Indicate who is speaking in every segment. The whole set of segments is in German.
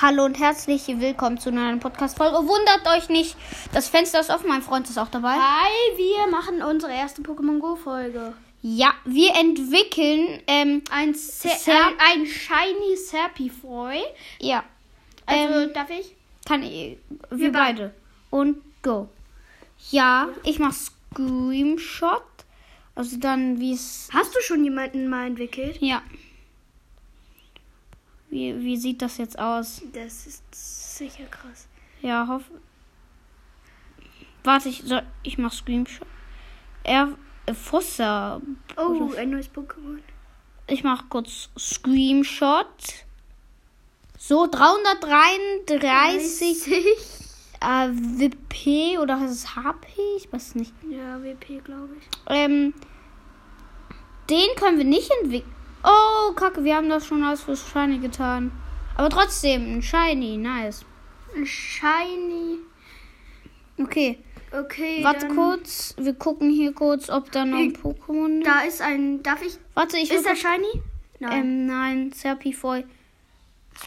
Speaker 1: Hallo und herzlich willkommen zu einer neuen Podcast-Folge. Wundert euch nicht, das Fenster ist offen, mein Freund ist auch dabei.
Speaker 2: Hi, wir machen unsere erste Pokémon Go Folge.
Speaker 1: Ja, wir entwickeln, ähm,
Speaker 2: Ein, Se
Speaker 1: Ser-
Speaker 2: äh, ein Shiny Serpifroy.
Speaker 1: ja,
Speaker 2: Also, darf ich?
Speaker 1: kann ich, wir, beide. Und go. Ja, ich mach Screenshot. Also dann, wie es,
Speaker 2: Hast du schon jemanden mal entwickelt?
Speaker 1: ja. Wie, wie sieht das jetzt aus?
Speaker 2: Das ist sicher krass.
Speaker 1: Ja, hoff. Warte, ich, soll, ich mach Screenshot. Er, äh, Fusser.
Speaker 2: Oh, ein neues Pokémon.
Speaker 1: Ich mach kurz Screenshot. So, 333 äh, WP oder heißt es HP? Ich weiß nicht.
Speaker 2: Ja, WP, glaube ich.
Speaker 1: Ähm, den können wir nicht entwickeln. Oh, kacke, wir haben das schon alles für Shiny getan. Aber trotzdem, ein Shiny, nice.
Speaker 2: Ein Shiny.
Speaker 1: Okay,
Speaker 2: Okay.
Speaker 1: warte
Speaker 2: dann-
Speaker 1: kurz. Wir gucken hier kurz, ob da noch ein Pokémon ist.
Speaker 2: Da ist ein. Darf ich.
Speaker 1: Warte, ich will
Speaker 2: ist das Shiny?
Speaker 1: Ähm, nein, Serpifoy.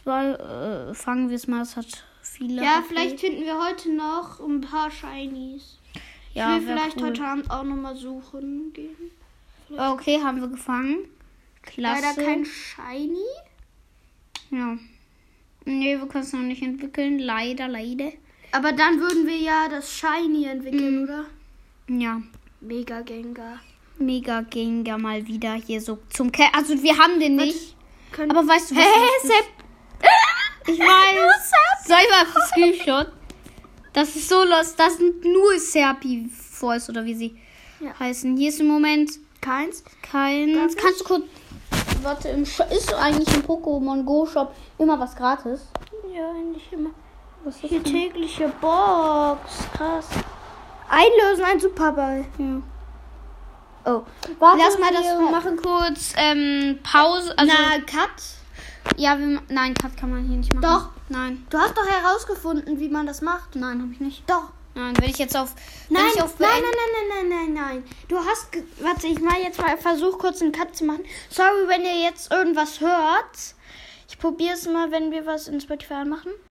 Speaker 1: Zwei, äh, fangen wir es mal, es hat viele.
Speaker 3: Ja, vielleicht finden wir heute noch ein paar Shinies.
Speaker 1: ja,
Speaker 3: ich will
Speaker 1: wär
Speaker 3: vielleicht
Speaker 1: cool.
Speaker 3: heute Abend auch nochmal suchen gehen.
Speaker 1: Okay, haben wir gefangen. Klasse.
Speaker 3: Leider kein Shiny.
Speaker 1: ja. Nee, wir können es noch nicht entwickeln. Leider, leider.
Speaker 3: Aber dann würden wir ja das Shiny entwickeln,
Speaker 1: Mhm.
Speaker 3: oder?
Speaker 1: Ja.
Speaker 3: Mega Gengar.
Speaker 1: Mega Gengar mal wieder hier so zum Ke Also wir haben den nicht.
Speaker 2: Können-
Speaker 1: Aber weißt du was?
Speaker 2: Hä,
Speaker 1: Sepp. Ich weiß. Soll ich mal auf den Screenshot? Das ist so los. Das sind nur Serpifoys oder wie sie
Speaker 2: Ja.
Speaker 1: heißen. Hier ist im Moment
Speaker 2: Keins.
Speaker 1: Keins. Kannst du kurz. Warte, im Sh- ist eigentlich im Pokémon Go Shop immer was gratis?
Speaker 2: Ja, eigentlich immer.
Speaker 1: Was
Speaker 2: Die tägliche Box. Krass. Einlösen, ein Superball.
Speaker 1: Ja.
Speaker 2: Oh.
Speaker 1: Lass mal das wir machen kurz ähm, Pause. Also,
Speaker 3: Na, Kat,
Speaker 1: ja, wir, ma- nein, Cut kann man hier nicht machen.
Speaker 3: Doch.
Speaker 1: Nein,
Speaker 3: du hast doch herausgefunden, wie man das macht.
Speaker 1: nein, habe ich nicht.
Speaker 3: Doch.
Speaker 1: Nein, wenn ich jetzt auf.
Speaker 3: Nein,
Speaker 1: wenn ich
Speaker 3: nein,
Speaker 1: auf
Speaker 3: nein,
Speaker 1: Beenden-
Speaker 3: nein, nein, nein, nein. Du hast. ge- Warte, ich mache jetzt mal Versuch, kurz einen Cut zu machen. Sorry, wenn ihr jetzt irgendwas hört. Ich probiere es mal, wenn wir was in Spotify machen.